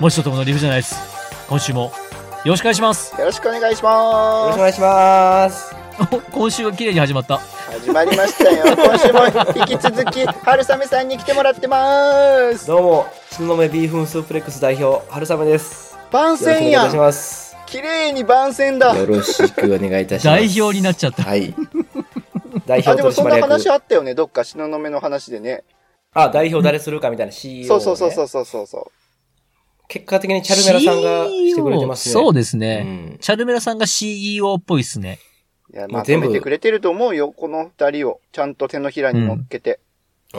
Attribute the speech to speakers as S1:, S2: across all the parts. S1: もちととものリフじゃないです今週もよろしくお願いします
S2: よろしくお願いし
S3: ろ
S2: ま
S3: しくお
S2: す。
S3: 願いします。
S1: お 今週は綺麗に始まった
S2: 始まりました よ。今週も引き続き春雨さんに来てもらってます。
S3: どうも、東雲ビーフンスープレックス代表、春雨です。
S2: 番
S3: よろしくお
S2: 宣
S3: 願いい
S2: や
S3: たし
S2: ん。
S3: ます。
S2: 綺麗に番宣だ。
S3: よろしくお願いいたします。
S1: 代表になっちゃった
S3: はい。代
S2: あで
S3: 表
S2: も
S3: 取
S2: そん
S3: 締
S2: な話
S3: 役。
S2: あったよね。どっか東雲の話でね。
S3: あ、代表誰するかみたいな CEO、ね。
S2: そうそうそうそうそうそうそ
S3: 結果的にチャルメラさんがしてくれてますね。
S1: CEO そう
S3: で
S1: ですね、
S3: うん
S1: チャルメラさんが CEO っぽいですね
S2: う。いや
S3: も
S2: ま
S3: う
S2: あ
S3: 全
S2: 止
S3: 部
S2: めてくれてると思うよ。この二人をちゃんと手のひらに乗っけて。
S3: あ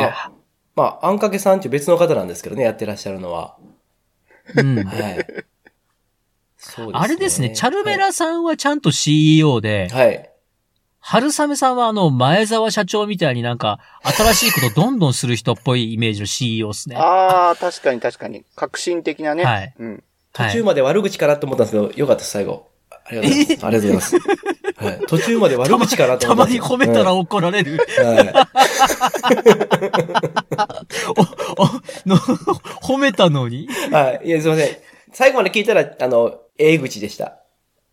S1: い
S3: あ。
S1: や
S3: まあ、あんかけさんっていう別の方なんですけどね、やってらっしゃるのは。
S1: うん
S3: はい。そうですね
S1: あれですね、チャルメラさんはちゃんと CEO で、
S3: はい。はい
S1: 春雨さんはあの、前澤社長みたいになんか、新しいことどんどんする人っぽいイメージの CEO ですね。は
S2: ああ、確かに確かに。革新的なね。
S1: はい
S2: うん。
S3: 途中
S1: い。
S3: まで悪口かなと思ったんですけど、よかったです、最後。ありがとうございます。ありがとうございます。はい、途中まで悪口かなと
S1: た
S3: 思
S1: ま
S3: ったんで
S1: に
S3: す
S1: 褒めたら
S3: うん
S1: 怒られる。
S3: はい
S1: おお の褒めたのに
S3: はい。いや、すいません。最後まで聞いたら、あの、ええ口でした。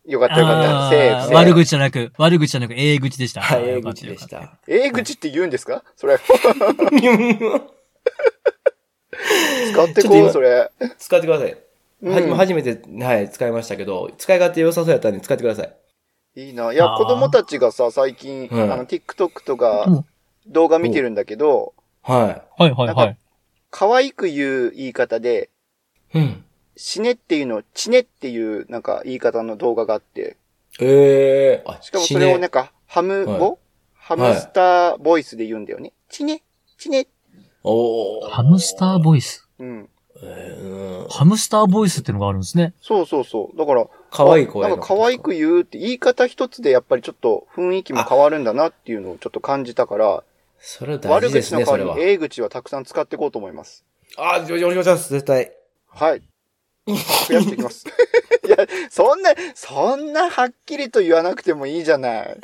S2: よかったよかった。
S1: あー
S2: セーフ。セーフ
S1: 悪口じゃなく、悪口じゃなく、英口でした。
S3: はい、
S1: あー
S3: ええ
S1: よかった
S3: 口でし。
S1: よかった
S2: ええ口って言うんですか それ。使って
S3: ちょっと
S2: こ
S3: 今
S2: う、それ。
S3: 使ってください。はじ
S2: うん
S3: 初めて、はい、使いましたけど、使い勝手良さそうやったんで使ってください。
S2: いいな。いや
S1: あ、ー
S2: 子供たちがさ、最近、
S3: うん
S2: あの、TikTok とか
S1: うん
S2: 動画見てるんだけど、
S3: は
S1: はいはいはい。
S2: 可愛く言う言い方で、
S3: い。うん。
S2: 死ねっていうのを、ちねっていう、なんか、言い方の動画があって、
S3: ええあ、
S2: しかもそれを
S3: 死
S2: な
S3: ね
S2: んか、ハム
S3: はい
S2: 語、ハムスターボイスで言うんだよね。ちね、ちね。
S3: おー
S1: ハムスターボイス。
S2: うん。
S3: ええうん
S1: ハムスターボイスってのがあるんですね。
S2: そうそうそう。だから、
S3: 可愛い声
S2: な
S3: の。
S2: んか可愛く言うって言い方一つでやっぱりちょっと雰囲気も変わるんだなっていうのをちょっと感じたから、
S3: それは大
S2: 悪
S3: 事で
S2: 口
S3: す
S2: の
S3: ね、それ
S2: 代わ
S3: は
S2: りに。英口はたくさん使っていこうと思います。
S3: あ、よろしくお願いします、絶対。
S2: はい。増やしていき ます。いや、そんな、そんなはっきりと言わなくてもいいじゃない。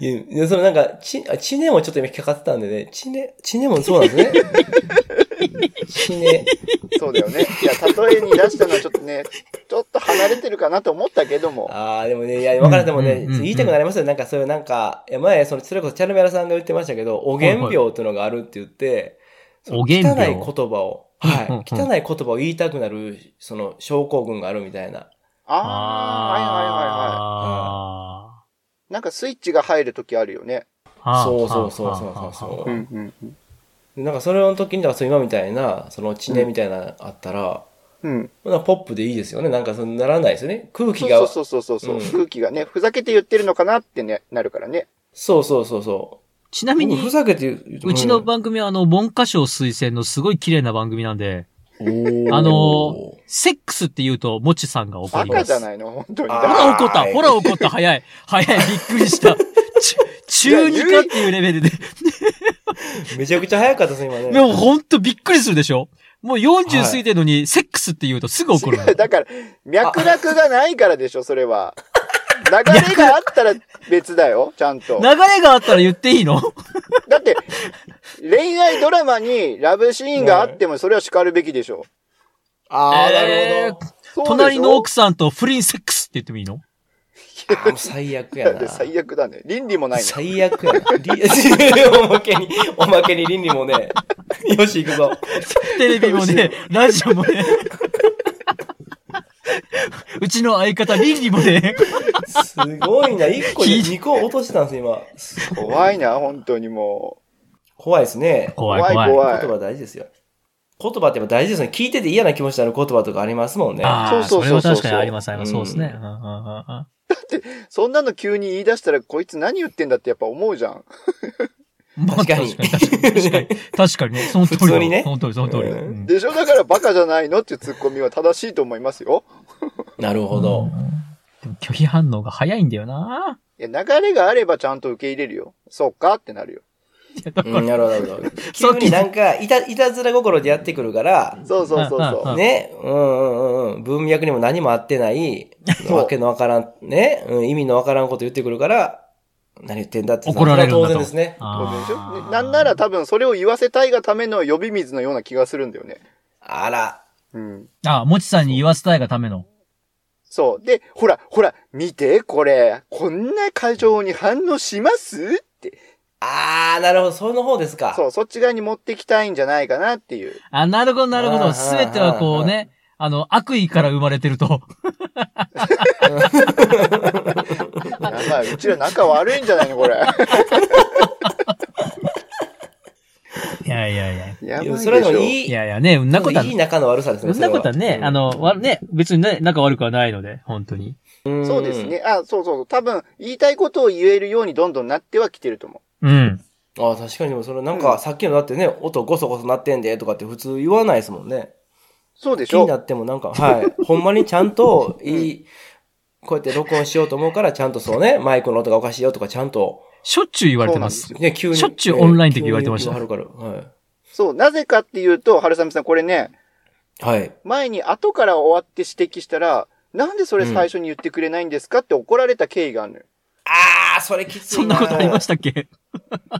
S3: いやいや、そのなんか、ち、あ、ちねもちょっと今引っかかってたんでね、ちね、ちねもそうなんですね。 ちね。
S2: そうだよね。いや、例えに出したのはちょっとね、ちょっと離れてるかなと思ったけども。
S3: ああ、でもね、いや、わからんでも
S1: うん
S3: ね、
S1: うんうんうん
S3: 言いたくなりますよ。なんかそういうなんか、いや、前、その、それこそチャルメラさんが言ってましたけど、お原病っていうのがあるって言って、その
S1: お原病
S3: 汚い言葉を、
S1: うん
S3: はい、
S1: うんうん
S3: 汚い言葉を言いたくなる、その、症候群があるみたいな。
S2: ああ、はいはいはいは
S1: あ
S2: い。なんかスイッチが入るときあるよね。
S1: ーあー。
S3: そうそうそうそうそう
S1: う。
S3: そうう。
S2: んうんうん。
S3: でなんか、それの時に、だからそう今みたいな、その、ちねみたいなのあったら、
S2: うん、
S3: なんかポップでいいですよね。なんか、その、ならないですよね。空気
S2: そう
S3: が
S2: そうそうそうそう、
S3: うん
S2: 空気がね、ふざけて言ってるのかなってね、なるからね。
S3: そうそうそうそう。
S1: ちなみに
S3: 僕、ふざけて言う
S1: うちの番組はあの、文科省推薦のすごい綺麗な番組なんで、
S3: 組
S1: あのセックスって言うと、もちさんが怒
S2: バ
S1: りま
S2: カ
S1: す
S2: じ。ゃないの、本当に。
S3: あ
S1: ほ
S3: ー
S1: ら怒った
S3: はい
S1: ほら怒った早い早いびっくりしたち中二かっていうレベルで。
S3: めちゃくちゃ早かったですね、今
S1: でも
S3: ね。
S1: ほんとびっくりするでしょもう40
S3: はい
S1: 過ぎてるのに、セックスって言うとすぐ怒るの。
S2: 違うだから、脈絡がないからでしょ、それは。流れがあったら別だよ、ちゃんと。
S1: 流れがあったら言っていいの
S2: だって、恋愛ドラマにラブシーンがあってもそれは叱るべきでしょ。
S3: ああ、な
S1: え
S3: る
S1: ー
S3: ほ
S2: そ
S3: ど。
S2: うでしょ
S1: 隣の奥さんと不倫セックスって言ってもいいの
S3: あーもう最悪やな。
S2: 最悪だね。倫理もないね。
S3: 最悪やな。り おまけに、おまけに倫理もね。 よし、行くぞ。
S1: テレビもね、ラジオもね。うちの相方、リンリもね、
S3: すごいな。一個、
S1: ひど
S3: 二個落としてたんです、今。す
S2: 怖いな、本当にも
S3: 怖いですね。言
S1: 怖い
S2: 怖い
S1: 怖い。
S2: 怖い
S3: 葉大事ですよ。言葉ってやっぱ大事ですね。聞いてて嫌な気持ちになる言葉とかありますもんね。
S1: ああ、そ
S2: そ
S1: うれ
S2: そうそう
S1: は
S2: そ
S1: 確
S2: う
S1: かにあります、あります。そうですね。
S3: う
S1: うんうんうんうん
S2: う。そんなの急に言い出したら、こいつ何言ってんだってやっぱ思うじゃん。
S1: まあ
S3: 確かに
S1: 確かに、確かに。確かにね、その通りだ。
S3: 普通にね
S1: その通り、その通り。
S3: うん
S1: うん
S2: でしょだからバカじゃないのっていうツッコミは正しいと思いますよ。
S3: なるほど。
S1: でも拒否反応が早いんだよない
S2: や、流れがあればちゃんと受け入れるよ。そうかってなるよ。
S3: うん、なるほど、なるほど。
S1: さっ
S3: 急
S1: き
S3: になんか、いた、いたずら心でやってくるから、
S2: そうそうそう
S1: うんうんう
S2: そ
S1: ん
S3: ね、うんうんうんうん、文脈にも何も合ってない、わけのわからん、ね、うん、意味のわからんこと言ってくるから、何言ってんだって。
S1: 怒られるんだと
S3: 当然ですね。
S2: う。そうでし
S1: あ
S2: ょなんなら多分それを言わせたいがための呼び水のような気がするんだよね。
S3: あら。
S2: うん。
S1: あ、もちさんに言わせたいがための。
S2: そう。で、ほら、ほら、見て、これ。こんな過剰に反応しますって。
S3: あー、なるほど。その方ですか。
S2: そう、そっち側に持ってきたいんじゃないかなっていう。
S1: あ、なるほど、なるほ
S3: あ
S1: ど。
S3: ー
S1: すべてはこうね、あの、悪意から生まれてると。
S2: やばい、うちら仲悪いんじゃないのこれ。
S1: いやいやいや。
S2: やばい
S3: いや
S2: でし
S3: それはで
S2: ょ。
S3: もいい、
S1: いやいや、ね、うんなことは、
S3: いい仲の悪さですね。
S1: うんなことはね、あの、わね、別にね、仲悪くはないので、本当に。
S3: の
S2: そうです。ね。あ、そうそうそう。多分、言いたいことを言えるようにどんどんなってはきてると思
S1: うん。
S3: あー確かにでもそれなんかさっきのだってね、音ごそごそなってんでとかって普通言わないですもんね。
S2: う。そうでし
S3: 気に
S2: ょ
S3: なってもなんか、はい。ほんまにちゃん といい、こうやって録音しようと思うからちゃんとそうね、マイクの音がおかしいよとかちゃんと、
S1: しょっちゅう言われてま
S2: そう
S1: す。
S2: なん
S3: ね、急に。
S1: しょっちゅうオンラインの時言われてました
S3: ね急に言わはるか
S2: そう、なぜかっていうと、春雨さん、これね、
S3: らはい。はい。
S2: 前に後から終わって指摘したら、なんでそれ最初に言ってくれないんですかって怒られた経緯があるのよ。
S3: あー、それきついな。
S1: そんなことありましたっけ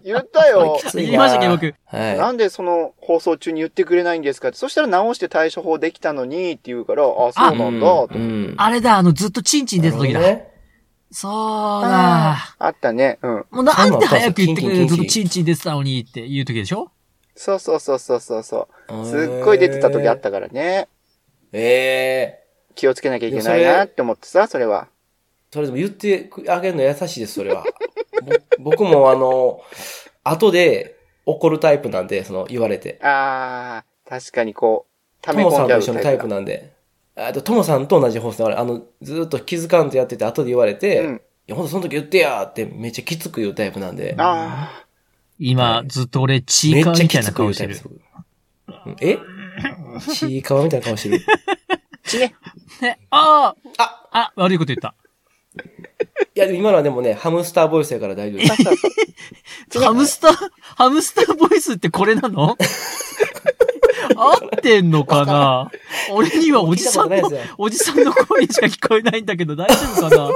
S2: 言った よ。
S3: きついな
S1: 言いましたっけ、僕。
S3: は
S2: なんでその放送中に言ってくれないんですかって。そしたら直して対処法できたのにって言うから、あ、そう
S3: い。
S2: なんだ。
S3: うんうん
S1: あれだ、あの、ずっとチンチン出た時だ
S3: な。るほどね
S1: そうだ。
S2: あったね。うん。
S1: もうなんで早く言ってく
S3: そ
S1: れ
S3: う
S1: る
S3: な
S1: ず
S3: ん
S1: っと
S3: です
S1: チンチン出てたのにっていう時でしょ
S2: そうそうそうそうそうそう。すっ
S3: へー
S2: ごい出てた時あったからね。
S3: ええ
S2: 気をつけなきゃいけないなって思ってさ、それは。
S3: それでも言ってあげるの優しいです、それは。ぼ僕もあの、後で怒るタイプなんで、その言われて。
S2: あー、確かにこう、溜
S3: ト
S2: め
S3: モ
S2: 込
S3: さ
S2: ん
S3: ん
S2: じゃ
S3: と
S2: う
S3: 一緒のタイプ
S2: だ
S3: なんで。あと、トモさんと同じ方ですね。あれあの、ずっと気づかんとやってて、後で言われて、
S2: うん
S3: いや、ほんとその時言ってやーってめっちゃきつく言うタイプなんで。
S2: あ
S1: 今、ずっと俺、チ
S3: め
S1: ー
S3: っ
S1: カー
S3: ちゃ
S1: みた
S3: き
S1: いな
S3: つく
S1: 顔
S3: 言う
S1: して
S3: タイプ
S1: る
S3: で。す。うんえちいかわみたいな顔してる。
S2: ー、ちね。
S1: ね、あ
S3: あ
S1: ああ、悪いこと言った。
S3: いや、でも今のはでもね、ハムスターボイスやから大丈夫です。
S1: ハムスター、ハムスターボイスってこれな の合ってんのかな俺にはおじさん
S3: 聞いた
S1: の
S3: ことないですよ、
S1: おじさんの声しか聞こえないんだけど大丈夫かな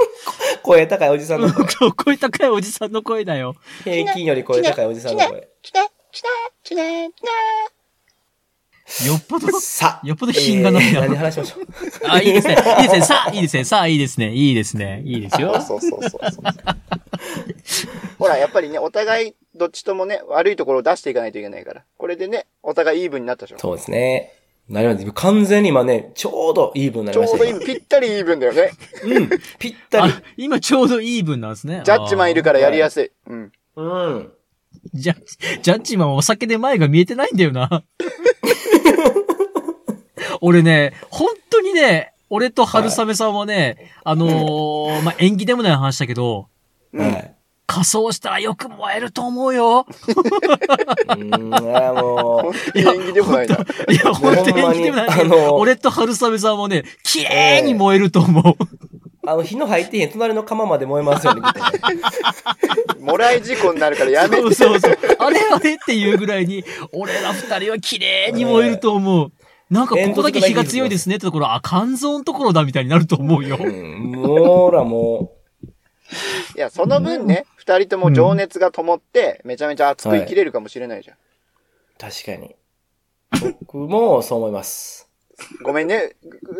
S3: 声高いお じさんの声。
S1: 声高いおじさんの声だよ。
S3: 平均より声高いおじさんの 声。
S2: ちね、ちね、ちね、ちね。
S1: よっぽ ど、
S3: さ
S1: よっぽど品がないな
S3: えー何話しましょう。
S1: あ、いいですね。いいですね。さあ、いいですね。さあ、いいですね。いいですね。いいですよ。
S2: そうそうそうそうそう。ほら、やっぱりね、お互い、どっちともね、悪いところを出していかないといけないから。これでね、お互いイーブンになったでしょ。
S3: そうですね。なります。完全に今ね、ちょうどイーブンにな
S2: ち
S3: り
S2: ょう
S3: ました
S2: ど
S3: ね。
S2: イーブン、ぴったりイーブンだよね。
S3: うん。ぴったり
S1: あ。今ちょうどイーブンなんですね。
S2: ジャッジマンいるからやりやすい。うん。
S3: うん。
S1: ジャッ、ジャッジマンはお酒で前が見えてないんだよ な。俺ね、本当にね、俺と春雨さんはね、あのーまあ、演技でもない話だけど、
S2: う
S3: は
S2: ん。
S3: い。
S1: 仮装したらよく燃えると思うよ。
S3: うーん、あーも
S2: 本当に縁起でもないな。
S1: いや、本当に演技でもないんだけ
S3: ほんまにあの
S1: ど、
S3: ー
S1: 俺と春雨さんもね、綺麗に燃えると思う。
S3: う、あの、火の入ってへん隣の釜まで燃えますよね、きっとね。
S2: もらい事故になるからやめ
S1: そう
S2: て。
S1: そうそう。あれあれっていうぐらいに、俺ら二人は綺麗に燃えると思う。なんかここだけ火が強いですねってところ、あ、肝臓のところだみたいになると思うよ。
S3: うん。もうらも
S2: いや、その分ね、二人とも情熱が灯って、めちゃめちゃ熱く生きれるかもしれないじゃん。
S3: う、確かに。僕もそう思います。
S2: ごめんね。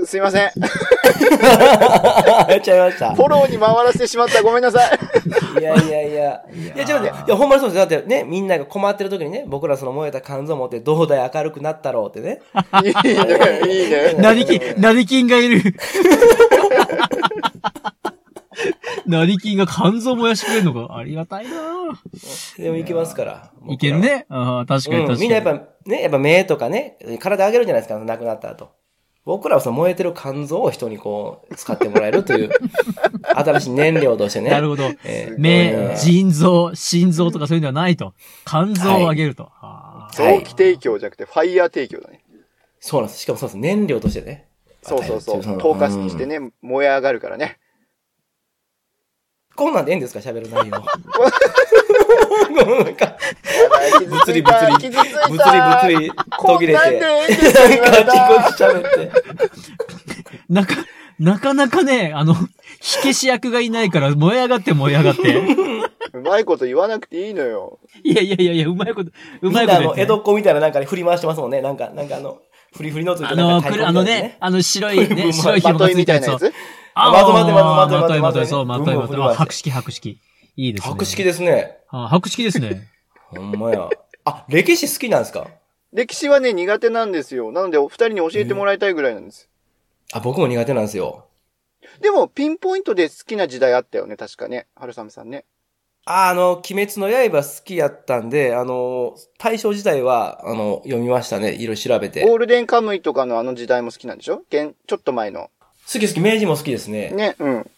S2: すいません。フ
S3: やっちゃいました。
S2: ォローに回らせてしまった。ごめんなさい。
S3: いやいやいや。いや、ちょっと待っていや、ほんまにそうです。だってね、みんなが困ってる時にね、僕らその燃えた肝臓持って、どうだい明るくなったろうってね。
S2: いいね。いいね。
S1: なりき、なりきんがいる。なりきんが肝臓燃やしてくれるのか。ありがたいなぁ
S3: でも行きますから。
S1: いけるね。ああ、確かに確か
S3: う
S1: に。
S3: ん、みんなやっぱ、ね、やっぱ目とかね、体上げるじゃないですか、亡くなった後。僕らはその燃えてる肝臓を人にこう、使ってもらえ るという、新しい燃料としてね。
S1: なるほど。
S3: えー
S1: 目、
S3: うん
S1: 腎臓、心臓とかそういうのはないと。肝臓を上げると。あー
S2: 臓器提供じゃなくて、ファイヤー提供だね。
S3: そうなんです。しかもそうです。燃料としてね。
S2: そうそうそう。
S3: 与えるってい
S2: 透過にして。
S3: ん
S2: ね、燃え上がるからね。
S3: こんなんでええんですか喋る 内容。もうなんか、
S2: 物
S3: 物理物理、
S2: 傷ついた。
S3: 物理物理、途切 れ
S2: こんなんでええ
S3: て。
S2: んですか
S3: なん
S2: 言わ
S3: か、
S2: れ
S3: ち
S2: た
S3: こち喋って。
S1: なか、なかなかね、あの、火消し役がいないから燃え上がって燃え上が って。
S2: うまいこと言わなくていいのよ。
S1: いやいやいやいや、うまいこと、う
S3: み
S1: まい
S3: ん
S1: こ
S3: なあ
S1: とや
S3: の、
S1: って
S3: 江戸っ子みたいななんか振り回してますもんね。なんか、なんかあの、フリフリのつい
S1: あ
S3: てなん
S1: の、
S3: か
S1: く
S3: 太
S1: る、あ
S3: 鼓
S1: の
S3: みたいな
S1: ね、あの、白い
S3: うま
S1: ね、
S3: い
S1: 白い
S2: ま
S1: 紐
S2: と
S1: が
S2: い
S1: つい
S2: み
S1: た
S2: たい
S1: や
S2: な
S1: つ
S2: や
S1: を。
S2: つ
S1: あ
S3: まとまってまとまってまとまって
S1: まといそう、まといまとい。
S3: 文房具
S1: あ
S3: 回して
S1: 白式、白式。いいですね。
S3: 白式ですね。
S1: あ白式ですね。
S3: ほんまや。あ、歴史好きなんですか
S2: 歴史はね、苦手なんですよ。なので、お二人に教えてもらいたいぐらいなんです。
S3: あ、僕も苦手なんですよ。
S2: でも、ピンポイントで好きな時代あったよね、確かね。春雨さんね。
S3: あ、あの、鬼滅の刃好きやったんで、あの、大正時代は、あの、読みましたね。いろいろ調べて。
S2: ゴ
S3: 好
S2: ールデンカムイとかのあの時代も好きなんでしょ現ちょっと前の。
S3: き好き、明治も好きですね。
S2: ね、うん。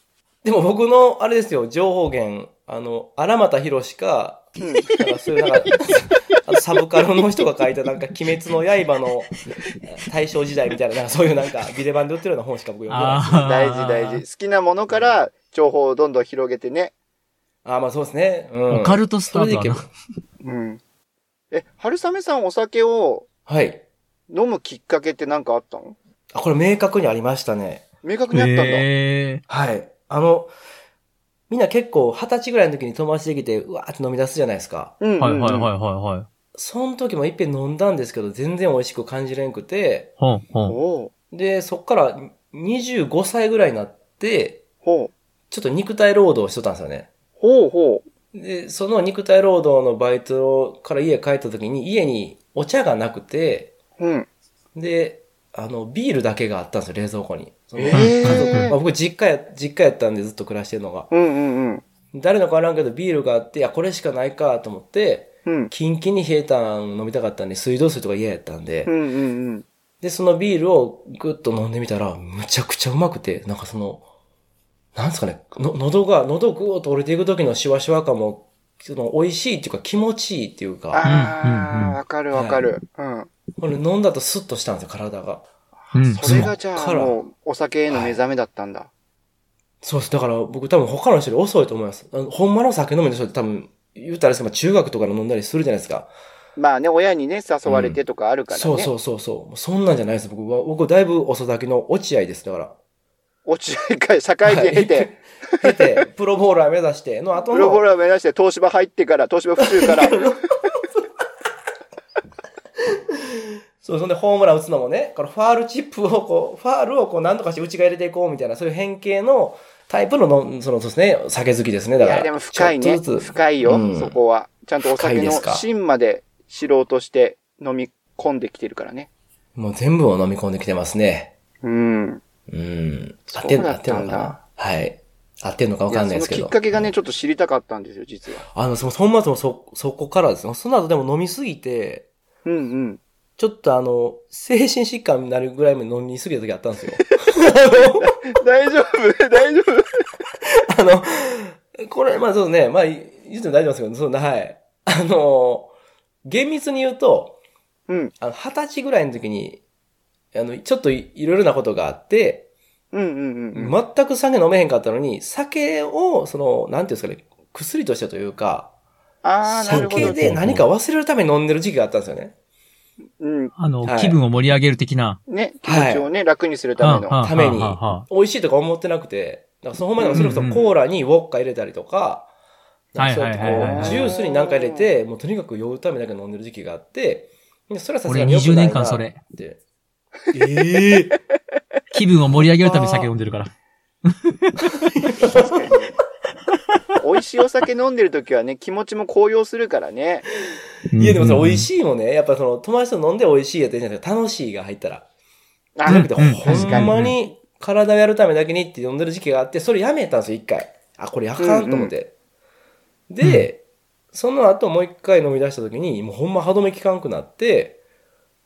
S3: でも僕の、あれですよ、情報源、あの、荒俣博しか、なんかそういうなんか、あのサブカルの人が書いたなんか、鬼滅の刃の大正時代みたいな、なんかそういうなんか、ビデ版で売ってるような本しか僕読んで ないです。
S1: ああ。
S2: 大事大事。好きなものから情報をどんどん広げてね。
S3: ああ、まあそうですね。うん。
S1: オカルトスタート
S3: それでい
S1: だ
S3: けば
S1: な。
S2: うん。え、春雨さんお酒を
S3: はい。
S2: 飲むきっかけって何かあったの
S3: あ、これ明確にありましたね。
S2: 明確にあったんだ。
S1: へ
S3: はい。あの、みんな結構二十歳ぐらいの時に友達できて、うわーって飲み出すじゃないですか。
S2: うん、う
S1: え。
S2: ん。
S1: はいはいはい
S2: い。
S1: はいはい。
S3: その時も一遍飲んだんですけど、全然美味しく感じれんくて、
S1: ほんほん。
S2: ほ
S3: で、そっから25歳ぐらいになって
S2: う、、ほう、
S3: ちょっと肉体労働しとったんですよね。
S2: ほう、ほう。
S3: で、その肉体労働のバイトから家帰った時に、家にお茶がなくて、
S2: うん。
S3: で、あの、ビールだけがあったんですよ、冷蔵庫に。その
S2: え
S1: 家
S2: え
S3: まあ、僕実家や、実家やったんでずっと暮らしてるのが。
S2: うんうんうん。
S3: 誰のかわからんけどビールがあって、いや、これしかないかと思って、
S2: うん。
S3: キンキンに冷えたん飲みたかったんで、水道水とか嫌やったんで
S2: う、んうんうん。
S3: で、そのビールをぐっと飲んでみたら、むちゃくちゃうまくて、なんかその、なんですかね、の喉が、喉ぐーっと折れていく時のシワシワ感も、その、美味しいっていうか気持ちいいっていうか、
S1: うんうん
S2: あ
S1: う
S2: あ、
S1: ん
S2: わかるわかる。うん。
S3: これ飲んだとスッとしたんですよ、体が。
S1: うん。
S2: それがじゃ
S3: そっ
S2: あ、
S3: から
S2: もう、お酒への目覚めだったんだ。
S3: そうです。だから僕多分他の人より遅いと思います。あのほんまの酒飲みの人って多分、言うたらですけどまあ中学とかで飲んだりするじゃないですか。
S2: まあね、親にね、誘われてとかあるからね。
S3: そうそうそうそう。もうそんなんじゃないです。僕は、僕だいぶ遅咲きの落合です。だから。
S2: 落ち合いから社会人経て、
S3: 経て、プロボーラー目指しての後の。
S2: プロボーラーを目指して東芝入ってから、東芝府 中から。
S3: そう、そんでホームラン打つのもね、このファールチップをこう、ファールをこう何とかして内側入れていこうみたいな、そういう変形のタイプのの、その、そうですね、酒好きですね。
S2: い
S3: だから。
S2: や、でも深いね。
S3: ちょっとずつ
S2: 深いよ、
S3: うん
S2: そこは。ちゃんとお酒
S3: 深いで
S2: の
S3: すか
S2: 芯まで知ろうとして飲み込んできてるからね。
S3: もう全部を飲み込んできてますね。
S2: うん。
S3: うん。
S2: そ
S3: 合
S2: う
S3: ってんの
S2: だ
S3: 合
S2: っ
S3: ってん
S2: た
S3: の
S2: んだ
S3: かなはい。合ってんのかわ
S2: い
S3: か
S2: や、
S3: んない
S2: その
S3: ですけ
S2: き
S3: ど。
S2: っかけがね、ちょっと知りたかったんですよ、実は。
S3: あの、そそもそもそ、そこからですね。その後でも飲みすぎて、
S2: うんうん。
S3: ちょっとあの、精神疾患になるぐらいまで飲みすぎた時あったんですよ。
S2: 大丈夫大丈夫
S3: あの、これ、まあそうね、まあ、言っても大丈夫ですけど、そうはい。あの、厳密に言うと、
S2: うん。
S3: あの、二十歳ぐらいの時に、あの、ちょっといいろいろなことがあって、
S2: うんうんうんうん。
S3: 全く酒飲めへんかったのに、酒を、その、なんていうんですかね、薬としてというか、
S2: あー、なるほ
S3: 酒
S2: ど。
S3: で何か忘れるために飲んでる時期があったんですよね。
S2: うん。
S1: あの
S3: は、い
S1: 気分を盛り上げる的な。
S2: ね、気持ちをね、楽にするための。
S1: ああ
S3: ために
S1: ああああ
S3: 美味しいとか思ってなくて、だからそのほんまにそれこそ
S1: うんうん
S3: コーラにウォッカ入れたりとか、
S1: は
S3: ないんかそう
S1: は
S3: やっ
S1: いは
S3: て
S1: いはい
S3: こうジュースに何か入れて、もうとにかく酔うためだけ飲んでる時期があって、それはさす
S1: 俺
S3: がに良く
S1: 20
S3: ない
S1: 年
S3: な
S1: 間
S3: っ
S1: それ。
S3: て。ええ
S1: 気分を盛り上げるために酒飲んでるから。
S2: 美味しいお酒飲んでる時はね、気持ちも高揚するからね。
S3: いやでもそれ美味
S1: い。
S3: しいもね、やっぱその友達と飲んで美味しいやって言うんじゃなくて、楽しいが入ったら。
S2: あ
S3: じゃなくて、
S1: うん
S2: 確
S3: ほ
S2: か
S3: ん
S2: に
S3: まに体をやるためだけにって飲んでる時期があって、それやめたんですよ、一回。あ、これあかんと思って。で、その後もう一回飲み出した時に、もうほんま歯止め効かんくなって、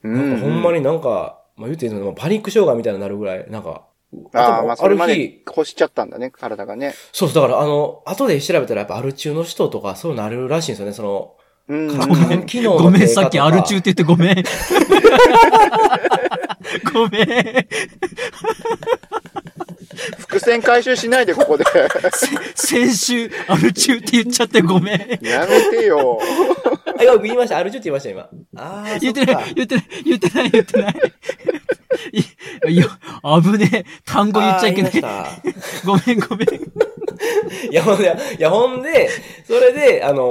S2: う
S3: なんかほんま
S2: に。
S3: になんか、まあ、言うていいのまあパニック障害みたいになるぐらい、なんか、
S2: ああ、まあ、それま
S3: ある
S2: で
S3: 日
S2: 欲しちゃったんだね、体がね。
S3: そうそう、だからあの、後で調べたらやっぱアル中の人とかそうなるらしいんですよね、その、
S2: うん。
S3: か肝機能の
S1: ごめん、
S3: 低下
S1: さっき
S3: とか
S1: アル中って言ってごめん。ごめん。
S2: 伏線回収しないで、こ こで。
S1: 先週、アル中って言っちゃってごめん。
S2: やめてよ。
S3: あ、よく言いました、アル中って言いました、今。ああ、
S1: 言って
S3: そっ
S1: な
S3: か
S1: い、言ってない、言ってない、言ってない。 いいや、危ねえ。単語言っちゃいけな
S3: あー
S1: い。
S3: 言ました
S1: ごめん、ごめん。
S3: いや、ほんで、いや、ほんで、それで、あの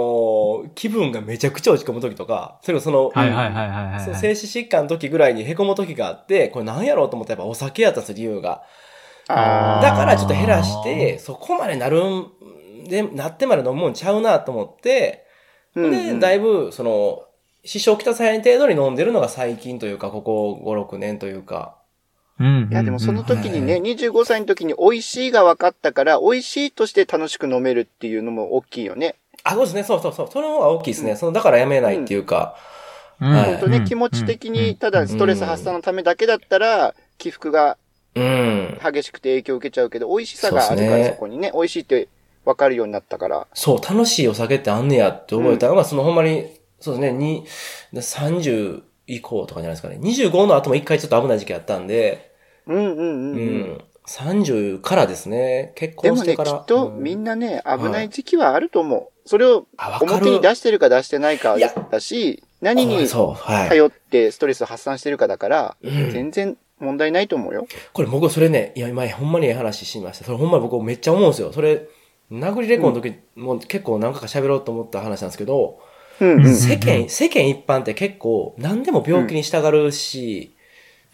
S3: ー気分がめちゃくちゃ落ち込む時とか、それこその、
S1: はいはいはいはいはい、
S3: そう精子疾患の時ぐらいに凹む時があって、これなんやろうと思ったらやっぱお酒やったんですよ、理由が。
S1: あー
S3: だからちょっと減らして、そこまでなるん、で、なってまで飲むんちゃうなと思って、
S2: うん
S3: で、だいぶ、その、支障きた際程度に飲んでるのが最近というか、ここ5、6年というか。
S1: うんうん
S2: いや、でもその時にね、
S3: う
S2: 25歳の時に美味しいが分かったから、美味しいとして楽しく飲めるっていうのも大きいよね。
S3: あ、そうですね、そうそうそう。その方が大きいですね。その、だからやめないっていうか。
S1: うん
S3: はい
S2: 本当ね、気持ち的に、ただストレス発散のためだけだったら、起伏が
S3: うん。
S2: 激しくて影響を受けちゃうけど、美味しさがあるか
S3: そうで
S2: ら
S3: すね
S2: そこにね、美味しいって分かるようになったから。
S3: そう、楽しいお酒ってあんねやって覚えたのが、そのほんまに、そうですね、に、30以降とかじゃないですかね。25の後も一回ちょっと危ない時期あったんで、
S2: うんうん
S3: う
S2: うん
S3: ん。
S2: うん。
S3: 30からですね、結
S2: で
S3: 婚
S2: も
S3: し
S2: ね、
S3: て
S2: き
S3: から。
S2: っとみんなね、危ない時期はあると思う。それを
S3: あわかる
S2: 表に出してるか出してないか
S3: いや
S2: だし、何
S3: うん
S2: に
S3: そう、はい。
S2: 頼ってストレス発散してるかだから、
S3: うん
S2: 全然問題ないと思うよ。
S3: これ僕それね、いや、今ほんまにええ話しました。それほんま僕めっちゃ思うんですよ。それ、殴りレコの時、もう結構何回か喋ろうと思った話なんですけど、
S2: うんうん。
S3: 世間、世間一般って結構何でも病気に従うし、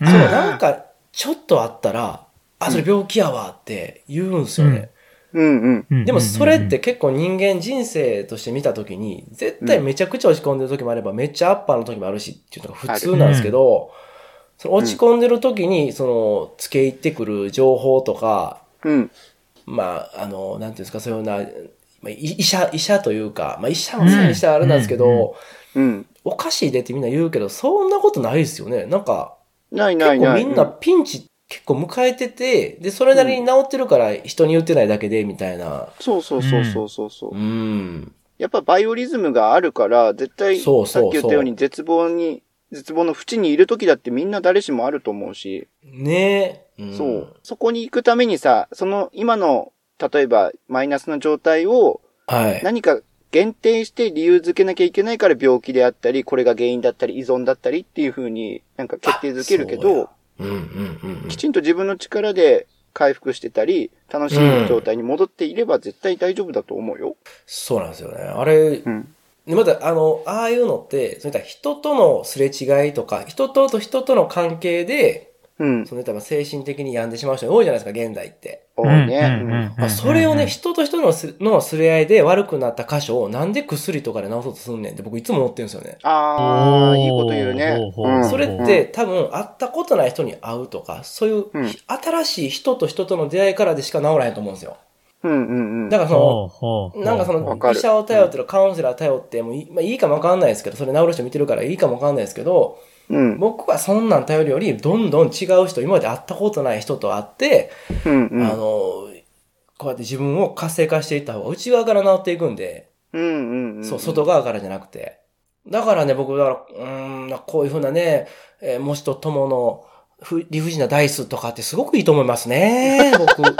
S1: うん
S3: そう、なんかちょっとあったら、あ、それ病気やわって言うんですよね。
S2: うんうん。
S1: うん
S3: でもそれって、結構人間人生として見た時に、絶対めちゃくちゃ落ち込んでる時もあれば、めっちゃアッパーの時もあるしっていうのが普通なんですけど、その落ち込んでる時に、その、付け入ってくる情報とか、
S2: うん。
S3: まあ、あの、なんていうんですか、そういうような、まあ、い医者、医者というか、まあ、医者のせいにしたらあれなんですけど、
S1: うんうん
S2: うん。
S3: おかしいでってみんな言うけど、そんなことないですよね。なんか、
S2: ないな
S3: 結
S2: い
S3: 構
S2: ない。
S3: みんなピンチ結構迎えてて、で、それなりに治ってるから人に言ってないだけで、みたいな。
S2: そうそうそうそうそうそう、
S3: うん。
S2: やっぱバイオリズムがあるから、絶対、
S3: そうそう
S2: さ
S3: そう
S2: っき言ったように絶望に、絶望の淵にいる時だってみんな誰しもあると思うし、
S3: ねえ。ん
S2: そう。。そこに行くためにさ、その今の、例えばマイナスの状態を
S3: はい。
S2: 何か限定して理由づけなきゃいけないから病気であったり、これが原因だったり依存だったりっていう風になんか決定づけるけど、
S3: うんうんうんうん
S2: き。ちんと自分の力で回復してたり、楽しい状態に戻っていれば絶対大丈夫だと思うよ。
S3: そうなんですよね。あれ、
S2: うん。
S3: で、また、あの、ああいうのって、そういった人とのすれ違いとか、人とと人との関係で、
S2: うん。
S3: その多分精神的に病んでしまう人多いじゃないですか、現代って。
S2: お
S1: う
S2: うんね。
S1: うん
S2: う
S1: うん
S2: ん
S1: うん
S3: まあそれをね、人と人のすのすれ合いで悪くなった箇所をなんで薬とかで治そうとすんねんって僕いつも思ってるんですよね。
S2: あ
S1: お
S2: あ、
S1: ー
S2: いいこと言うね。
S1: ほうほう
S2: うん
S3: それって多分会ったことない人に会うとか、そういう
S2: うん
S3: 新しい人と人との出会いからでしか治らへんと思うんですよ。
S2: うんうんうん。
S3: だからその、
S1: ほうほうほう
S3: なんかそ
S2: わ
S3: の
S2: か、る
S3: 医者を頼ってる、カウンセラー頼ってもいい、まあ、いいかもわかんないですけど、それ治る人見てるからいいかもわかんないですけど、
S2: うん。
S3: 僕はそんなん頼るより、どんどん違う人、今まで会ったことない人と会って、
S2: うんう
S3: あの、
S2: ん。
S3: こうやって自分を活性化していった方が内側から治っていくんで、
S2: うんうんうん。
S3: そう、外側からじゃなくて。だからね、僕、だから、うーん、こういうふうなね、えー、もしとともの、ふ理不尽なダイスとかってすごくいいと思いますね、僕。あり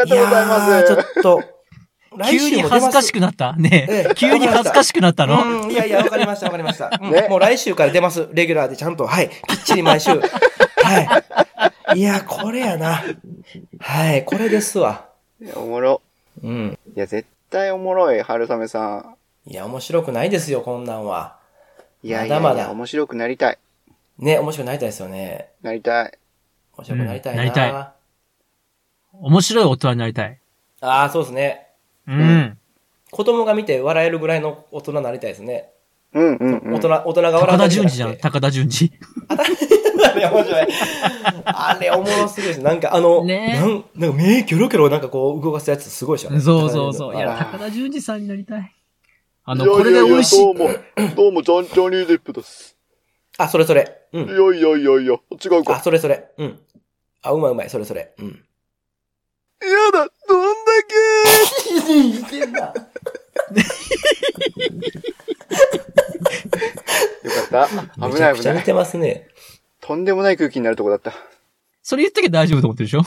S2: ありがとうございます。
S3: ちょっと、
S1: 急に恥ずかしくなったね
S3: ええ
S1: え。急に恥ずかしくなったの
S3: うん、いやいや、わかりました、わかり ました、うん
S2: ね
S3: もう来週から出ます。レギュラーでちゃんと、はい。きっち り毎週。はい。いや、これやな。はい、これですわ。
S2: いやおもろ。
S3: うん。
S2: いや、絶対おもろい、春雨さん。
S3: いや、面白くないですよ、こんなんは。
S2: いやい
S3: まだ
S2: やい
S3: ま
S2: や、
S3: だ
S2: 面白くなりたい。
S3: ね、面白くなりたいですよね。
S2: なりたい。
S3: 面白くなりたいな。
S1: うんなりたい
S3: あ
S1: 面白い大人になりたい。
S3: あ、そうですね。
S1: うん。
S3: 子供が見て笑えるぐらいの大人になりたいですね。
S2: うんうんうん。
S3: 大人、大人が笑
S1: 高
S3: う
S1: 田
S3: だけじ
S1: 純
S3: ゃ
S1: 次
S3: なくて。
S1: じゃん。高田純次。
S3: あれ面 白い。あれおもろすぎるし、なんかあの、
S1: ねえ
S3: なんなんか目キョロキョロなんかこう動かすやつすごいでしょ。
S1: そうそうそう。い
S3: あれ
S1: や、
S2: あー
S1: 高田純次さんになりたい。あ
S2: い
S1: の、
S2: やいや
S1: これで美味しい。
S2: やどうも、どうも、ジャンジャニーデップです。
S3: あ、それそれ。う
S2: い
S3: ん。
S2: やいやいやいや、違う
S3: あ、
S2: か。
S3: それそれ。うん。あ、うまいうまい、それそれ。うん。
S2: いやだ、どんだ
S3: いけんな。
S2: けよかった。危ない
S3: め
S2: 危
S3: ちゃくちゃ
S2: な
S3: 似
S2: い。
S3: てますね。
S2: とんでもない空気になるとこだった。
S1: それ言っとけば大丈夫と思ってるでしょ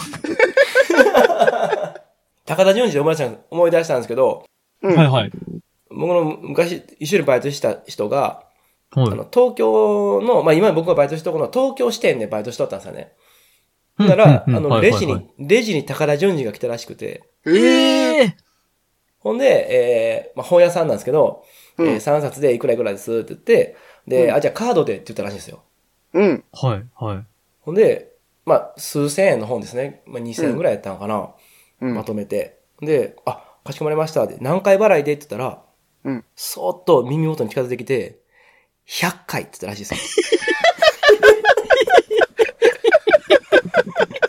S3: 高田純次で思い出した思い出したんですけど、
S2: うん
S1: はいはい。
S3: 僕の昔一緒にバイトした人が、あ
S1: は
S3: の東京の、まあ今僕がバイトしたところの東京支店でバイトしとったんですよね。
S1: い。
S3: だから、
S1: うん
S3: あ
S1: うん
S3: の、
S1: はい
S3: レ
S1: はい
S3: ジ
S1: はい
S3: に、レジに高田純次が来たらしくて、
S2: ええ
S1: え
S3: ほんで、えーまあ、本屋さんなんですけど、
S2: うん
S3: え3冊でいくらいくらですって言って、で、
S2: うん
S3: あ、じゃあカードでって言ったらしいんですよ。
S2: うん。
S1: ーはい、はい。
S3: ほんで、まあ、数千円の本ですね。まあ、2000円ぐらいやったのかな、
S2: うん。
S3: まとめて。で、あ、かしこまりました。で、何回払いでって言ったら、
S2: うん
S3: そーっと耳元に近づいてきて、100回って言ったらしいですよ。めちゃ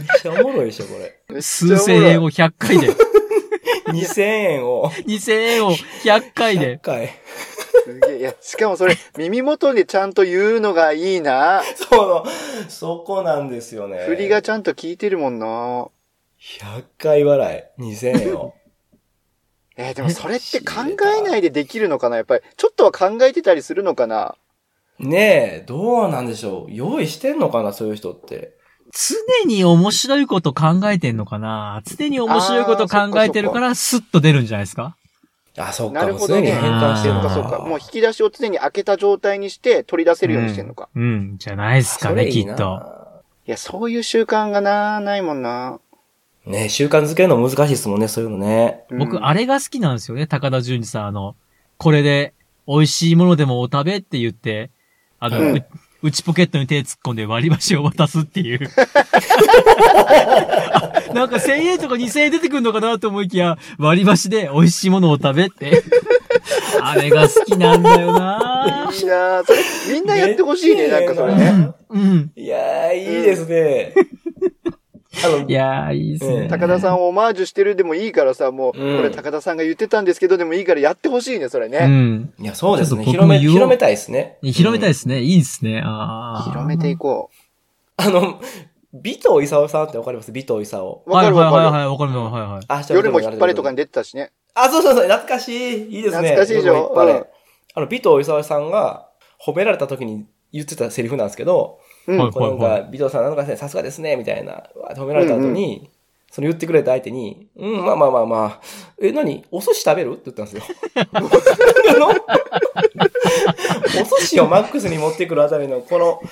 S3: めちゃおもろいでしょ、これ。
S2: めっちゃ
S1: 数
S2: おもろい
S1: 千円を100回で、
S3: 2000円を
S1: 2000円を100回
S3: 100
S1: で。
S3: 回。
S2: すげえ。いや、しかもそれ、耳元でちゃんと言うのがいいな。
S3: その、そこなんですよね。
S2: 振りがちゃんと効いてるもんな。
S3: 100回笑い。2000円を。
S2: えーでもそれって考えないでできるのかなやっぱり、ちょっとは考えてたりするのかな
S3: ねえ、どうなんでしょう。用意してんのかな、そういう人って。
S1: 常に面白いこと考えてんのかな常に面白いこと考えてるから、スッと出るんじゃないですか
S3: あ、そっ
S2: な
S3: か、
S2: る
S3: もう
S2: ほ
S3: す
S2: ど
S3: でに
S2: ね。
S3: 変換してる
S2: そ
S3: の
S2: うか
S3: か。
S2: そうか。もう引き出しを常に開けた状態にして取り出せるようにしてんのか。
S1: うん。うんじゃないですか
S3: そ
S1: ね、
S3: れい
S1: き
S3: い
S1: っ
S3: な
S1: と。。
S2: いや、そういう習慣がな、ないもんな。
S3: ねえ、習慣づけるの難しいですもんね、そういうのね。
S2: うん
S1: 僕、あれが好きなんですよね、高田純次さん。あの、これで、美味しいものでもお食べって言って、あの、
S2: うん
S1: う内ポケットに手突っ込んで割り箸を渡すって いう。あなんか1000円とか2000円出てくるのかなと思いきや、割り箸で美味しいものを食べ って。あれが好きなんだよない
S2: いなそれ、みんなやってほしいね、なんかそれね。
S1: うん。
S3: いやー、いいです ね。あの
S1: い、やー、いいっすね。
S3: うん
S2: 高田さんをオマージュしてるでもいいからさ、もう、
S3: うん
S2: これ高田さんが言ってたんですけどでもいいからやってほしいね、それ
S1: う
S2: ね。
S1: ん。
S3: いや、そうですね。
S1: ちょっと僕
S3: 広
S1: も
S3: め、
S1: 言おう
S3: 広めたいですね。
S1: 広めたい
S3: い。
S1: ですね。いいですね。あー
S2: 広めていこ
S3: あの、尾藤勲さんってわかります尾藤勲。
S2: う。わかる
S1: はいはい
S2: わ
S1: は
S2: か
S1: いはい、わかるわかるはいはい。
S3: あ、
S2: る。夜も引っ張れとかに出てたしね。
S3: あ、そうそうそう、懐かしい。いいですね。
S2: 懐かしいでしょ
S3: 夜もっぱい
S2: うん
S3: あの、尾藤勲さんが褒められた時に言ってたセリフなんですけど、
S2: うん。
S1: はい
S3: このなんか、尾藤さんなんとかですね、さすがですね、みたいな、わーって褒められた後に、その言ってくれた相手に、うん、まあまあまあまあ、え、何お寿司食べるって言ったんですよ。 あのお寿司をマックスに持ってくるあたりの、この、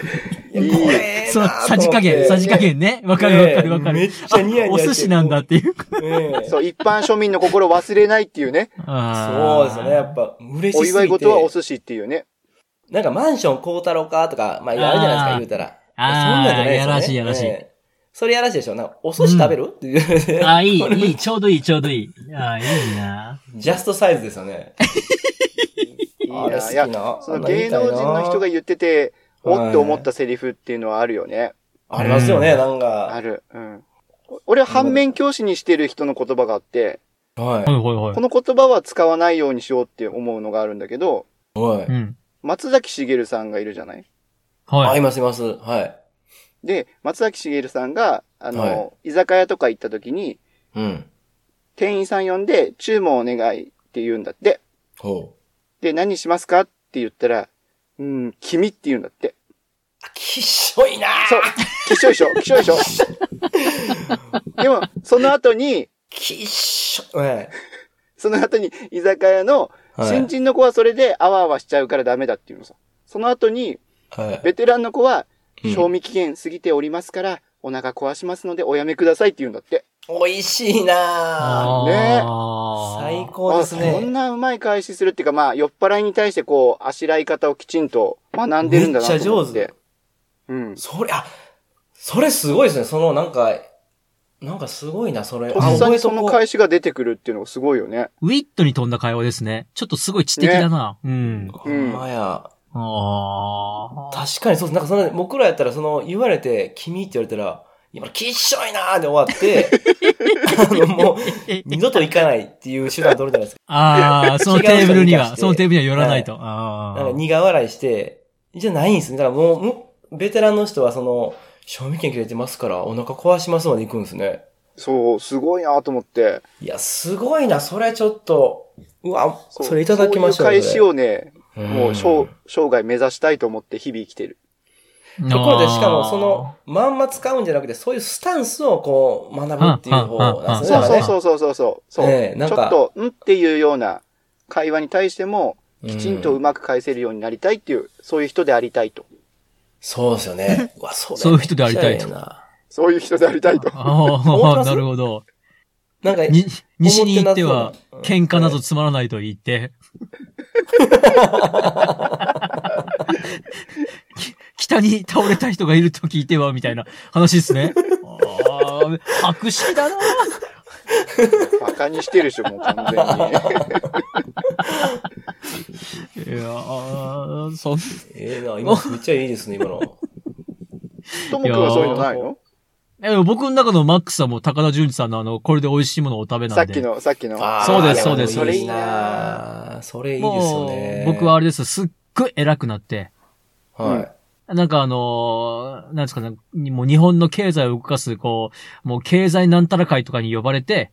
S3: いやこれええ
S1: そ
S3: な
S1: の、
S3: あ
S1: さじ加
S3: と
S1: 減、
S3: 思
S1: さ
S3: って
S1: じ加減ね。わかるわかるわかる。
S3: ねえめっちゃニヤ
S1: あ
S3: ニヤ
S1: お
S3: して
S1: 寿司なんだっていう。
S3: ええ
S2: そう、一般庶民の心を忘れないっていうね。
S1: そ
S3: そうですね、やっぱ、 嬉しすぎ
S2: お
S3: て
S2: 祝い事はお寿司っていうね。
S3: なんかマンション幸太郎かとか、まあ、あるじゃ
S1: あー
S3: ないですか、言うたら。
S1: あー
S3: そんなんじゃないですよ、
S1: や
S3: ね。
S1: らしいやらしい
S3: ええそれやらしいでしょ。なんか、お寿司食べる、っていう。
S1: あ、いい、いい、ちょうどいい、ちょうどいい。あいいな。
S3: ジャストサイズですよね。
S2: いい
S3: あれ好
S2: な。い
S3: き
S2: や
S3: な、。
S2: その芸能人の人が
S3: 言
S2: 言ってて、
S3: はい
S2: おって思ったセリフっていうのはあるよね。
S3: ありますよね、
S1: うん
S3: なん
S2: あ
S3: か。
S2: る。うん。俺は反面教師にしてる人の言葉があって、
S1: はい
S3: は
S1: はいはい
S2: こ。の言葉は使わないようにしようって思うのがあるんだけど、
S3: い。
S1: う
S3: はい。
S1: ん。
S2: 松崎しげるさんがいるじゃない
S1: は
S3: あ、い
S1: い。
S3: ますいます。はい。
S2: で、松崎しげるさんが、あの、
S3: は
S2: 居酒屋とか行った時に、
S3: うん。
S2: 店員さん呼んで、注文お願いって言うんだって。
S3: ほう。
S2: で、何しますかって言ったら、うん、君って言うんだって。
S3: あきっしょいな
S2: そう。きっしょいしょ、きっしょいしょ。でも、その後に、
S3: きっしょ。はい。
S2: その後に居酒屋の
S3: はい
S2: 新人の子はそれであわあわしちゃうからダメだっていうのさ。その後に、
S3: はい。
S2: ベテランの子は、
S3: うん
S2: 賞味期限過ぎておりますから、お腹壊しますのでおやめくださいって言うんだって。
S3: 美味しいな
S1: あー
S2: ね
S3: 最高
S2: あ
S3: ですね。
S2: そんなうまい返しするっていうか、まあ、酔っ払いに対してこう、あしらい方をきちんと学んでるんだなと思って。
S3: めっちゃ上手。
S2: うん。
S3: それ、あ、それすごいですね。その、なんか、なんかすごいな、それ。
S2: と
S3: あ、
S2: っさ
S3: 覚え
S2: に
S3: と
S2: その
S3: こ
S2: 返しが出てくるっていうのがすごいよね。
S1: ウィットに飛んだ会話ですね。ちょっとすごい知的だな。うん
S3: う。。ほんまや。
S1: ああ。
S3: 確かにそうです。なんかその、僕らやったら、その、言われて、君って言われたら、今、きっしょいなーで終わ って、あの、もう、二度と行かないっていう手段取るじゃないですか。
S1: ああ、そのテーブルに
S3: 違う人
S1: は、
S3: に対して
S1: そのテーブルには寄らないと。
S3: なん
S1: あ
S3: か
S1: あ。
S3: 苦笑いして、じゃないんですね。だからもうもう、ベテランの人は、その、賞味期限切れてますから、お腹壊しますまで行くんですね。
S2: そう、すごいなと思って。
S3: いや、すごいな、それちょっと、うわ、
S2: う
S3: それいただきましょう。
S2: そういう返しをね、
S3: それ、
S2: もう、
S3: 賞
S2: 生生涯目指したいと思って日々生きてる。
S1: と
S3: ところで、しかもその、、まんま使うんじゃなくて、そういうスタンスをこう、学ぶっていう方なんです
S2: そ
S3: ね。
S2: うそうそうそうそうそう。そう、
S3: ねえなん
S2: ち
S3: か
S2: ょっと、んっていうような会話に対しても、
S3: う
S2: きちんとうまく返せるようになりたいっていう、そういう人でありた いと。
S3: そうです よね。うわ、そう
S1: そういう人でありたいと
S3: な。
S2: そういう人でありたいと。
S1: ああ、なるほど。
S3: なんか、
S1: に西に行って
S3: 思
S1: は
S3: てなそうだ
S1: 喧嘩などつまらないと言って。 き北に倒れた人がいると聞いては、みたいな話ですね。あー白識だな
S2: バカにしてるでしょ、もう完全 に。
S1: いやーそん、
S3: ええな、今めっちゃいいですね、今 の。
S2: ともくんはそういうのないの
S1: でも僕の中のマックスはもう高田純次さんのあの、これで美味しいものをお食べなんで。
S2: さっきの、さっきの。
S3: あー
S1: そうですそうです
S3: もい
S2: そ
S3: い
S2: れいい
S3: なそれいいですよ
S1: も
S3: ね。
S1: う、僕はあれです。すっごい偉くなって。
S3: はい。
S1: なんかあのーなんですかね、もう日本の経済を動かす、こう、もう経済なんたら会とかに呼ばれて、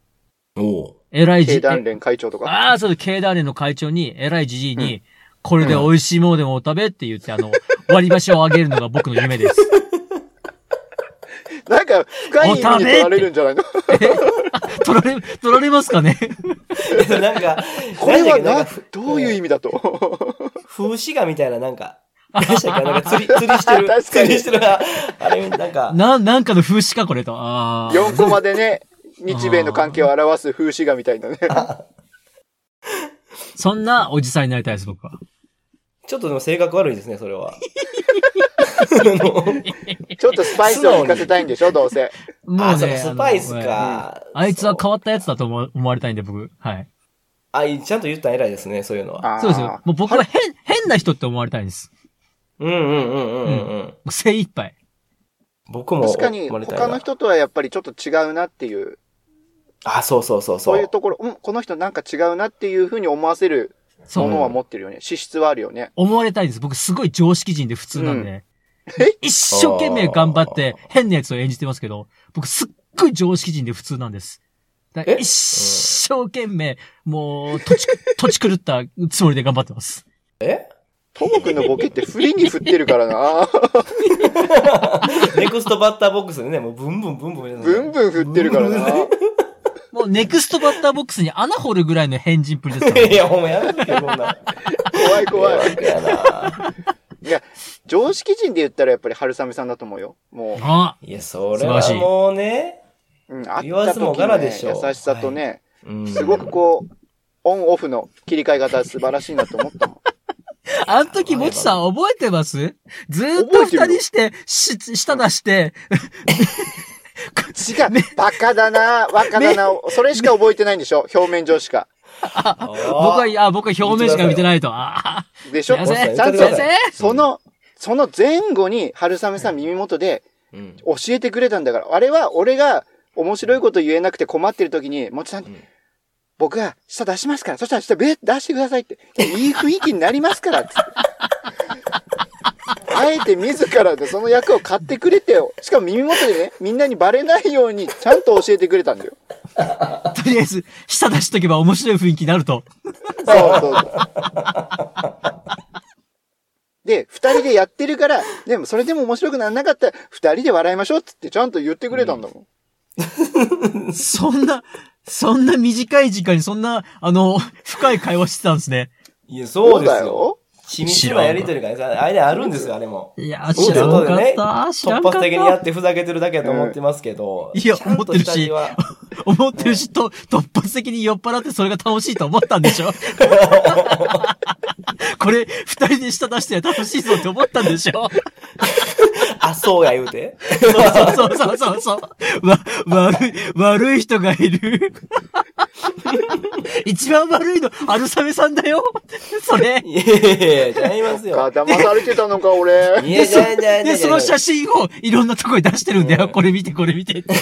S3: おう
S1: 偉いじ
S2: 経団連会長とか。
S1: ああ、そうです。経団連の会長に、偉いじじいに、これで美味しいものでもお食べって言って、あの、割り箸をあげるのが僕の夢です。
S2: なんか、深い意味に
S1: お食べって
S2: 取られるんじゃないの
S1: 取られ、取られますかね
S3: いやなんか、
S2: これは
S3: なんだっけなん
S2: な
S3: か、
S2: どういう意味だと。
S3: 風刺画みたいな、なんか、何でしたっけなんか 釣り、釣りして
S2: 確
S3: る
S2: か、に
S3: 釣りしてるな、あれ、なんか、
S1: な、なんかの風刺か、これと。ああ。
S2: 4コマでね、日米の関係を表す風刺画みたいなね。
S1: そんなおじさんになりたいです、僕は。
S3: ちょっとでも性格悪いですね、それは。
S2: ちょっとスパイスを効かせたいんでしょ、どうせ。
S1: も
S3: あ、そうかスパイ
S1: あ
S3: ス
S1: のはい
S3: か。
S1: あいつは変
S3: わ
S1: わったやつだと思思われたいんで、僕。はい。
S3: あ、いちゃんと言ったら偉いですね、そういうのは。
S2: あー
S1: そうですよ。もう僕は変、 変な人って思われたいんです。
S3: うんうんうんうんうんうん。
S1: もう精一杯。
S3: 僕も、
S2: 確かに、
S3: 生まれたい
S2: 他の
S3: な
S2: 人とはやっぱりちょっと違うなっていう、
S3: あ、そうそうそう
S2: そ
S3: そう
S2: いう
S3: う。
S2: ところ、うん、この人なんか違うなっていうふうに思わせる
S1: そ
S2: も
S1: う。
S2: のは持ってるよね。資質はあるよね。
S1: 思われたいんです。僕すごい常識人で普通なんで。
S2: え
S1: 一生懸命頑張って変なやつを演じてますけど、僕すっごい常識人で普通なんです。だから
S3: え
S1: 一生懸命、もう、土地、 土地狂ったつもりで頑張ってます。
S3: え
S2: ともくんのボケって振りに振ってるからな。
S3: ネクストバッターボックスでね、もうブンブンブンブンやるのね。
S2: ブンブン振ってるからな。
S1: もう、ネクストバッターボックスに穴掘るぐらいの変人っぷりですから ね
S3: いや、ほんまやめてよ、こんなん。
S2: 怖い怖い。
S3: 迷惑やな。
S2: いや、常識人で言ったらやっぱり春雨さんだと思うよ。も
S1: あ
S3: いや、それ
S1: 素晴らし
S3: はいもうね、
S2: う、うん、あっ
S3: 言わ
S2: た
S3: ずも
S2: 時
S3: が
S2: の、
S3: らで
S2: ね、
S3: しょ
S2: 優しさとね、
S3: うん
S2: すごくこう、オンオフの切り替え方素晴らしいなと思ったもん。
S1: あの時、もちさん覚えてますずーっと二人して、し、舌出して、
S2: 違う、バカだな、バカだな、それしか覚えてないんでしょ表面上しか。
S3: あー
S1: 僕は、あ、僕は表面しか見てないと。ああ、
S2: でしょ
S1: 先
S3: や
S1: 生
S3: せちゃん
S1: 先
S3: と
S1: 生
S2: その、その前後に春雨さん耳元で
S3: うん
S2: 教えてくれたんだから、あれは俺が面白いこと言えなくて困ってる時に、もちさん、
S3: ん
S2: 僕が下出しますから、そしたら下べ出してくださいって、いい雰囲気になりますからっつ って。あえて自らでその役を買ってくれてよ。しかも耳元でね、みんなにバレないようにちゃんと教えてくれたんだよ。
S1: とりあえず、舌出しとけば面白い雰囲気になると。
S2: そうそうそう。で、二人でやってるから、でもそれでも面白くならなかったら、二人で笑いましょうっつってちゃんと言ってくれたんだもん。
S1: そんな、そんな短い時間にそんな、あの、深い会話してたんですね。
S3: いや、そうです
S2: だ
S3: よ。
S2: よ。
S3: 緻密なやりとりがね、あれあるんですよ、あれも。
S1: いや、
S3: そう
S1: 知
S3: で
S1: ら
S3: す
S1: ん
S3: そ
S1: か
S3: う
S1: っ
S3: で
S1: た。
S3: す
S1: 知
S3: ね
S1: ら
S3: 突
S1: んかった
S3: 発的にやってふざけてるだけだと思ってますけど。
S1: うんいや
S3: ちゃん
S1: 思
S3: と
S1: ってるし
S3: 下地は
S1: 思ってるし、と、突発的に酔っ払ってそれが楽しいと思ったんでしょ これ、二人で舌出して楽しいぞって思ったんでしょ
S3: あ、そうや言う て。
S1: そうそうそうそうそう。わ、悪い、悪い人がいる。 一番悪いの、春雨さんだよ。それ。
S3: いやいやいや、ちゃいますよ。
S2: あ、騙されてたのか、
S3: い
S2: 俺。
S3: やいやいやいやいやい
S1: で、
S3: や。
S1: その写真をいろんなとこに出してるんだよ。これ見て、これ見てって。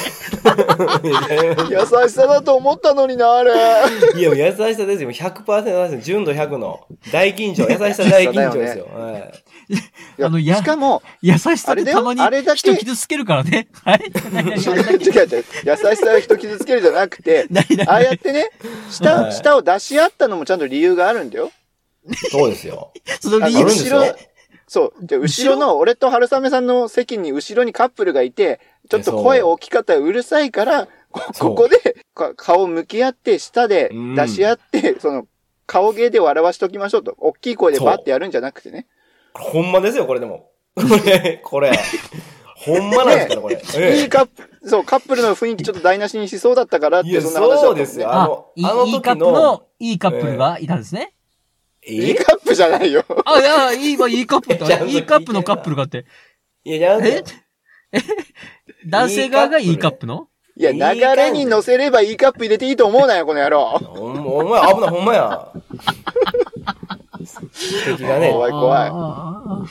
S2: 優しさだと思ったのにな、あれ。
S3: いや、もう優しさですよ。100%優しさ。純度100の。大緊張。優しさ大緊張で すよ。はい
S2: いや
S1: あのや
S2: しかも、
S1: 優しさでたまに
S2: あれだよあれだけ
S1: 人傷つけるからね。 はい。何
S2: 違う
S1: 々
S2: 違う違う。優しさを人傷つけるじゃなくて、
S1: 何々
S2: ああやってね、
S3: は
S2: 舌、
S3: い
S2: 舌を出し合ったのもちゃんと理由があるんだよ。
S3: そうですよ。
S1: その
S2: あ
S1: 理
S2: の
S3: あるん
S1: 由、
S3: です
S2: 後
S3: よ
S2: ろ、そう。で、後ろの、俺と春雨さんの席に後ろにカップルがいて、ちょっと声大きかったらうるさいから、こ
S3: そう
S2: ここで、か顔向き合って、舌で出し合って、その、顔芸で笑わしときましょうと。大きい声でバッてやるんじゃなくてね。
S3: ほんまですよ、これでも。これ、これ。ほんまなんですから、これ。え
S2: いいカップ、そう、カップルの雰囲気ちょっと台無しにしそうだったからっ
S3: えい
S2: て、
S3: や、
S2: そんな話だった
S3: そ
S2: も
S3: うんですよ。
S2: ね
S3: あ
S1: あ
S3: の、、
S1: いい
S3: あの
S1: いいカッ
S3: 時
S1: プ
S3: の、
S1: の、いいカップルがいたんですね。
S2: いい
S3: え
S2: カップじゃないよ。
S1: あ、いや、いい、まあいいカップルっ
S3: いや
S1: て、いいカップのカップルがあって、
S3: いや、なんで
S1: 男性側がいいカップの
S2: いや、
S3: いい
S2: 流
S3: カップ
S2: れに乗せればいいカップ入れていいと思うなよ、この野郎。
S3: ほんま、ほんまや、危ない、ほんまや。敵がね、
S2: 怖い怖い
S1: あ。ーあ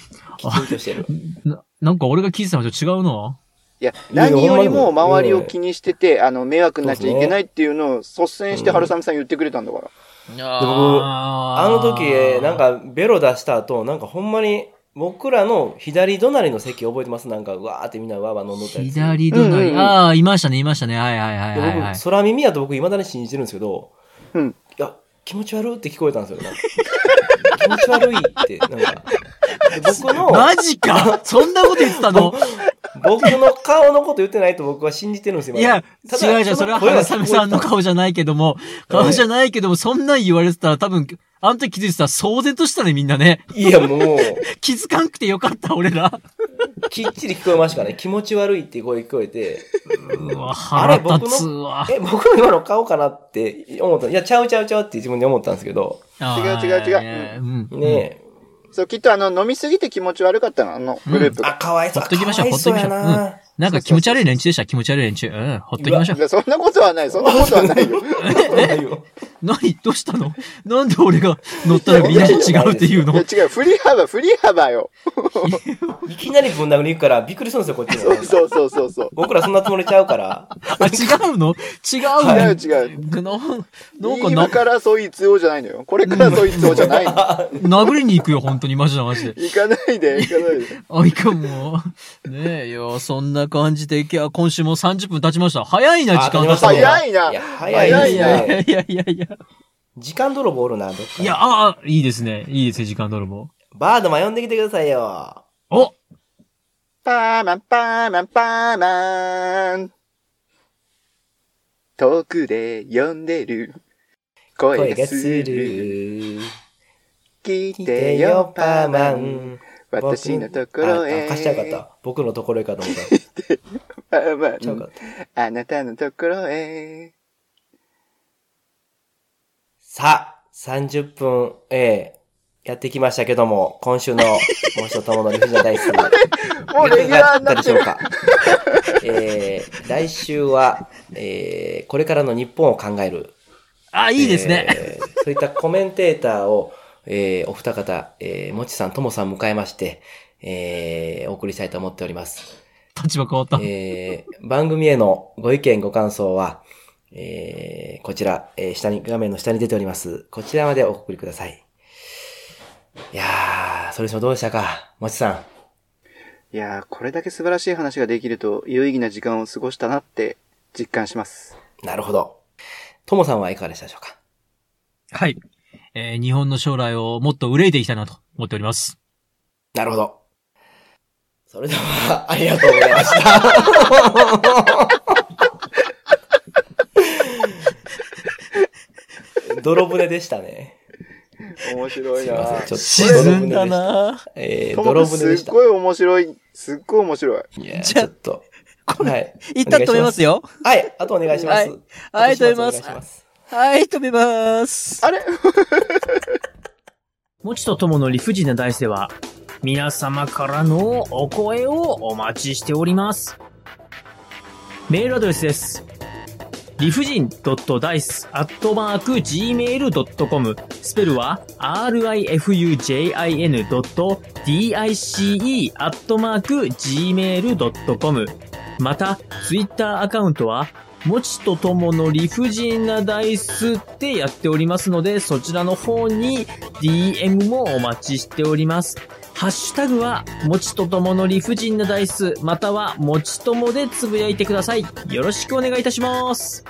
S1: ーあ
S3: きちんとしてる。
S1: ーななんか俺が聞いてたのと違うの
S2: いや、
S3: いや
S2: 何よりも
S3: ほんまに
S2: 周りを気にしてて、あの、迷惑になっちゃいけないっていうのを率先して春雨さん言ってくれたんだから。
S3: あの時、なん、か、ベロ出した後、なんかほんまに、僕らの左隣の席覚えてますなんか、うわーってみんなわーわー飲んどったやつ。
S1: 左隣、
S2: うんうん
S1: ああ、いましたね、いましたね。はいはいはい
S3: で
S1: はい、はい
S3: 僕、。空耳やと僕、未だに信じてるんですけど、
S2: うん。
S3: いや、気持ち悪いって聞こえたんですよ、なんか気持ち悪いって、なんか。で 僕の、
S1: マジかそんなこと言ってたの
S3: 僕の顔のこと言ってないと僕は信じてるんですよ。
S1: いや、
S3: た
S1: 違
S3: だ
S1: うじゃん。それは
S3: の声が
S1: 原サさんの顔じゃないけども、顔じゃないけども、そんなん言われてたら多分、あの時気づいてたら騒然としたね、みんなね。
S3: いや、もう、
S1: 気づかんくてよかった、俺ら。
S3: きっちり聞こえまし たね。気持ち悪いっていう声聞こえて、
S1: うわ、
S3: あれ
S1: 腹立つわ。
S3: え、僕の今の顔かなって思った。いや、ちゃうちゃうちゃうって自分で思ったんですけど、
S1: あー
S2: 違う違う違う
S1: えーうん。
S3: ねえ、
S2: そう、きっとあの、飲みすぎて気持ち悪かったの、あの、グループ
S3: あ、
S2: が。
S3: かわいそう。
S1: ほっときましょう
S3: かわいそうや
S1: ほっときましょ
S3: な。
S1: なんか気持ち悪い連中でした、気持ち悪い連中。うん、ほっときましょう
S2: い。やそんなことはない、そんなことは ないよ。
S3: ないよ
S1: 何どうしたのなんで俺が乗ったらみんなと違うっていうの
S2: いや、違う、振り幅、振り幅よ。
S3: いきなりぶん殴り行くからびっくりするんですよ、こっちも。
S2: そうそうそうそう。
S3: 僕らそんなつもりちゃうから。
S1: あ、違うの違うの
S2: 違う違う。
S1: ななんか
S2: 今
S1: な
S2: からそういう通用じゃないのよ。これからそういう通用じゃないの。
S1: 殴りに行くよ、本当に、マジでマジで。
S2: 行かない で、行かないで。
S1: あ、いかんもう。ねえ、いや、そんな感じで、いや今週も30分経ちました。早いな、時間が
S2: 経ちました早いない
S3: や、早
S2: 早
S3: い
S2: い
S1: いやい
S3: な
S1: や。いやいやいや。
S3: 時間泥棒おるな、どっか。
S1: いや、ああ、いいですね。いいですね、時間泥棒。
S3: バードマ呼んできてくださいよ。
S1: お
S2: パーマン、パーマン、パーマン。遠くで呼んでる。声
S3: 声
S2: が
S3: が
S2: す
S3: す
S2: る。
S3: る。
S2: 来
S3: 来
S2: て
S3: て
S2: よ
S3: よ、、
S2: パ
S3: パ
S2: ー
S3: ー
S2: マ
S3: マ
S2: ン
S3: ン。。
S2: 私のところ
S3: あ
S2: へ。
S3: 貸しちゃうかった。僕のところへかと思った。
S2: パーマ
S3: ちゃうかっ
S2: ン。
S3: た。
S2: あなたのところへ。
S3: さあ、30分、えー、やってきましたけども、今週の、もう一度友の藤田 大輔。
S2: もうレギュラーに
S3: いかがだった
S2: な
S3: で
S2: って
S3: しょう
S2: る。
S3: か。えー、来週は、えー、これからの日本を考える。
S1: あ、いいですね。
S3: えーそういったコメンテーターを、えー、お二方、えー、もちさん、ともさん迎えまして、えー、お送りしたいと思っております。
S1: 立場変わった。
S3: えー番組へのご意見、ご感想は、えーこちら、えー下に、画面の下に出ております。こちらまでお送りください。いやー、それにしてもどうでしたかもちさん。
S2: いやー、これだけ素晴らしい話ができると、有意義な時間を過ごしたなって、実感します。
S3: なるほど。ともさんはいかがでしたでしょうか
S1: はい。えー日本の将来をもっと憂いていきたいなと思っております。
S3: なるほど。それでは、ありがとうございました。 泥船でしたね。
S2: 面白い
S3: すいません。ち
S2: な
S3: ょっと
S1: 沈んだな
S3: えー、
S2: とも
S3: 泥
S2: くん
S3: 船
S2: す
S3: で
S2: っ
S3: した。
S2: ごい面白い。すっごい面白い。
S3: いやー
S1: じゃあ
S3: ちょっと。はい。
S1: 一旦止めますよ。
S3: はい、あとお願いしま
S1: は
S3: す。
S1: いはい
S3: あと始末
S1: 止めます
S3: お願いしす。
S1: はい、止めます。
S2: あれ
S4: もちとともの理不尽な大世は、皆様からのお声をお待ちしております。メールアドレスです。理不尽 .dice.gmail.com スペルは rifujin.dice.gmail.com また、ツイッターアカウントは、もちとともの理不尽なダイスってやっておりますので、そちらの方に DM もお待ちしております。ハッシュタグは、もちとともの理不尽なダイス、または、もちともでつぶやいてください。よろしくお願いいたします。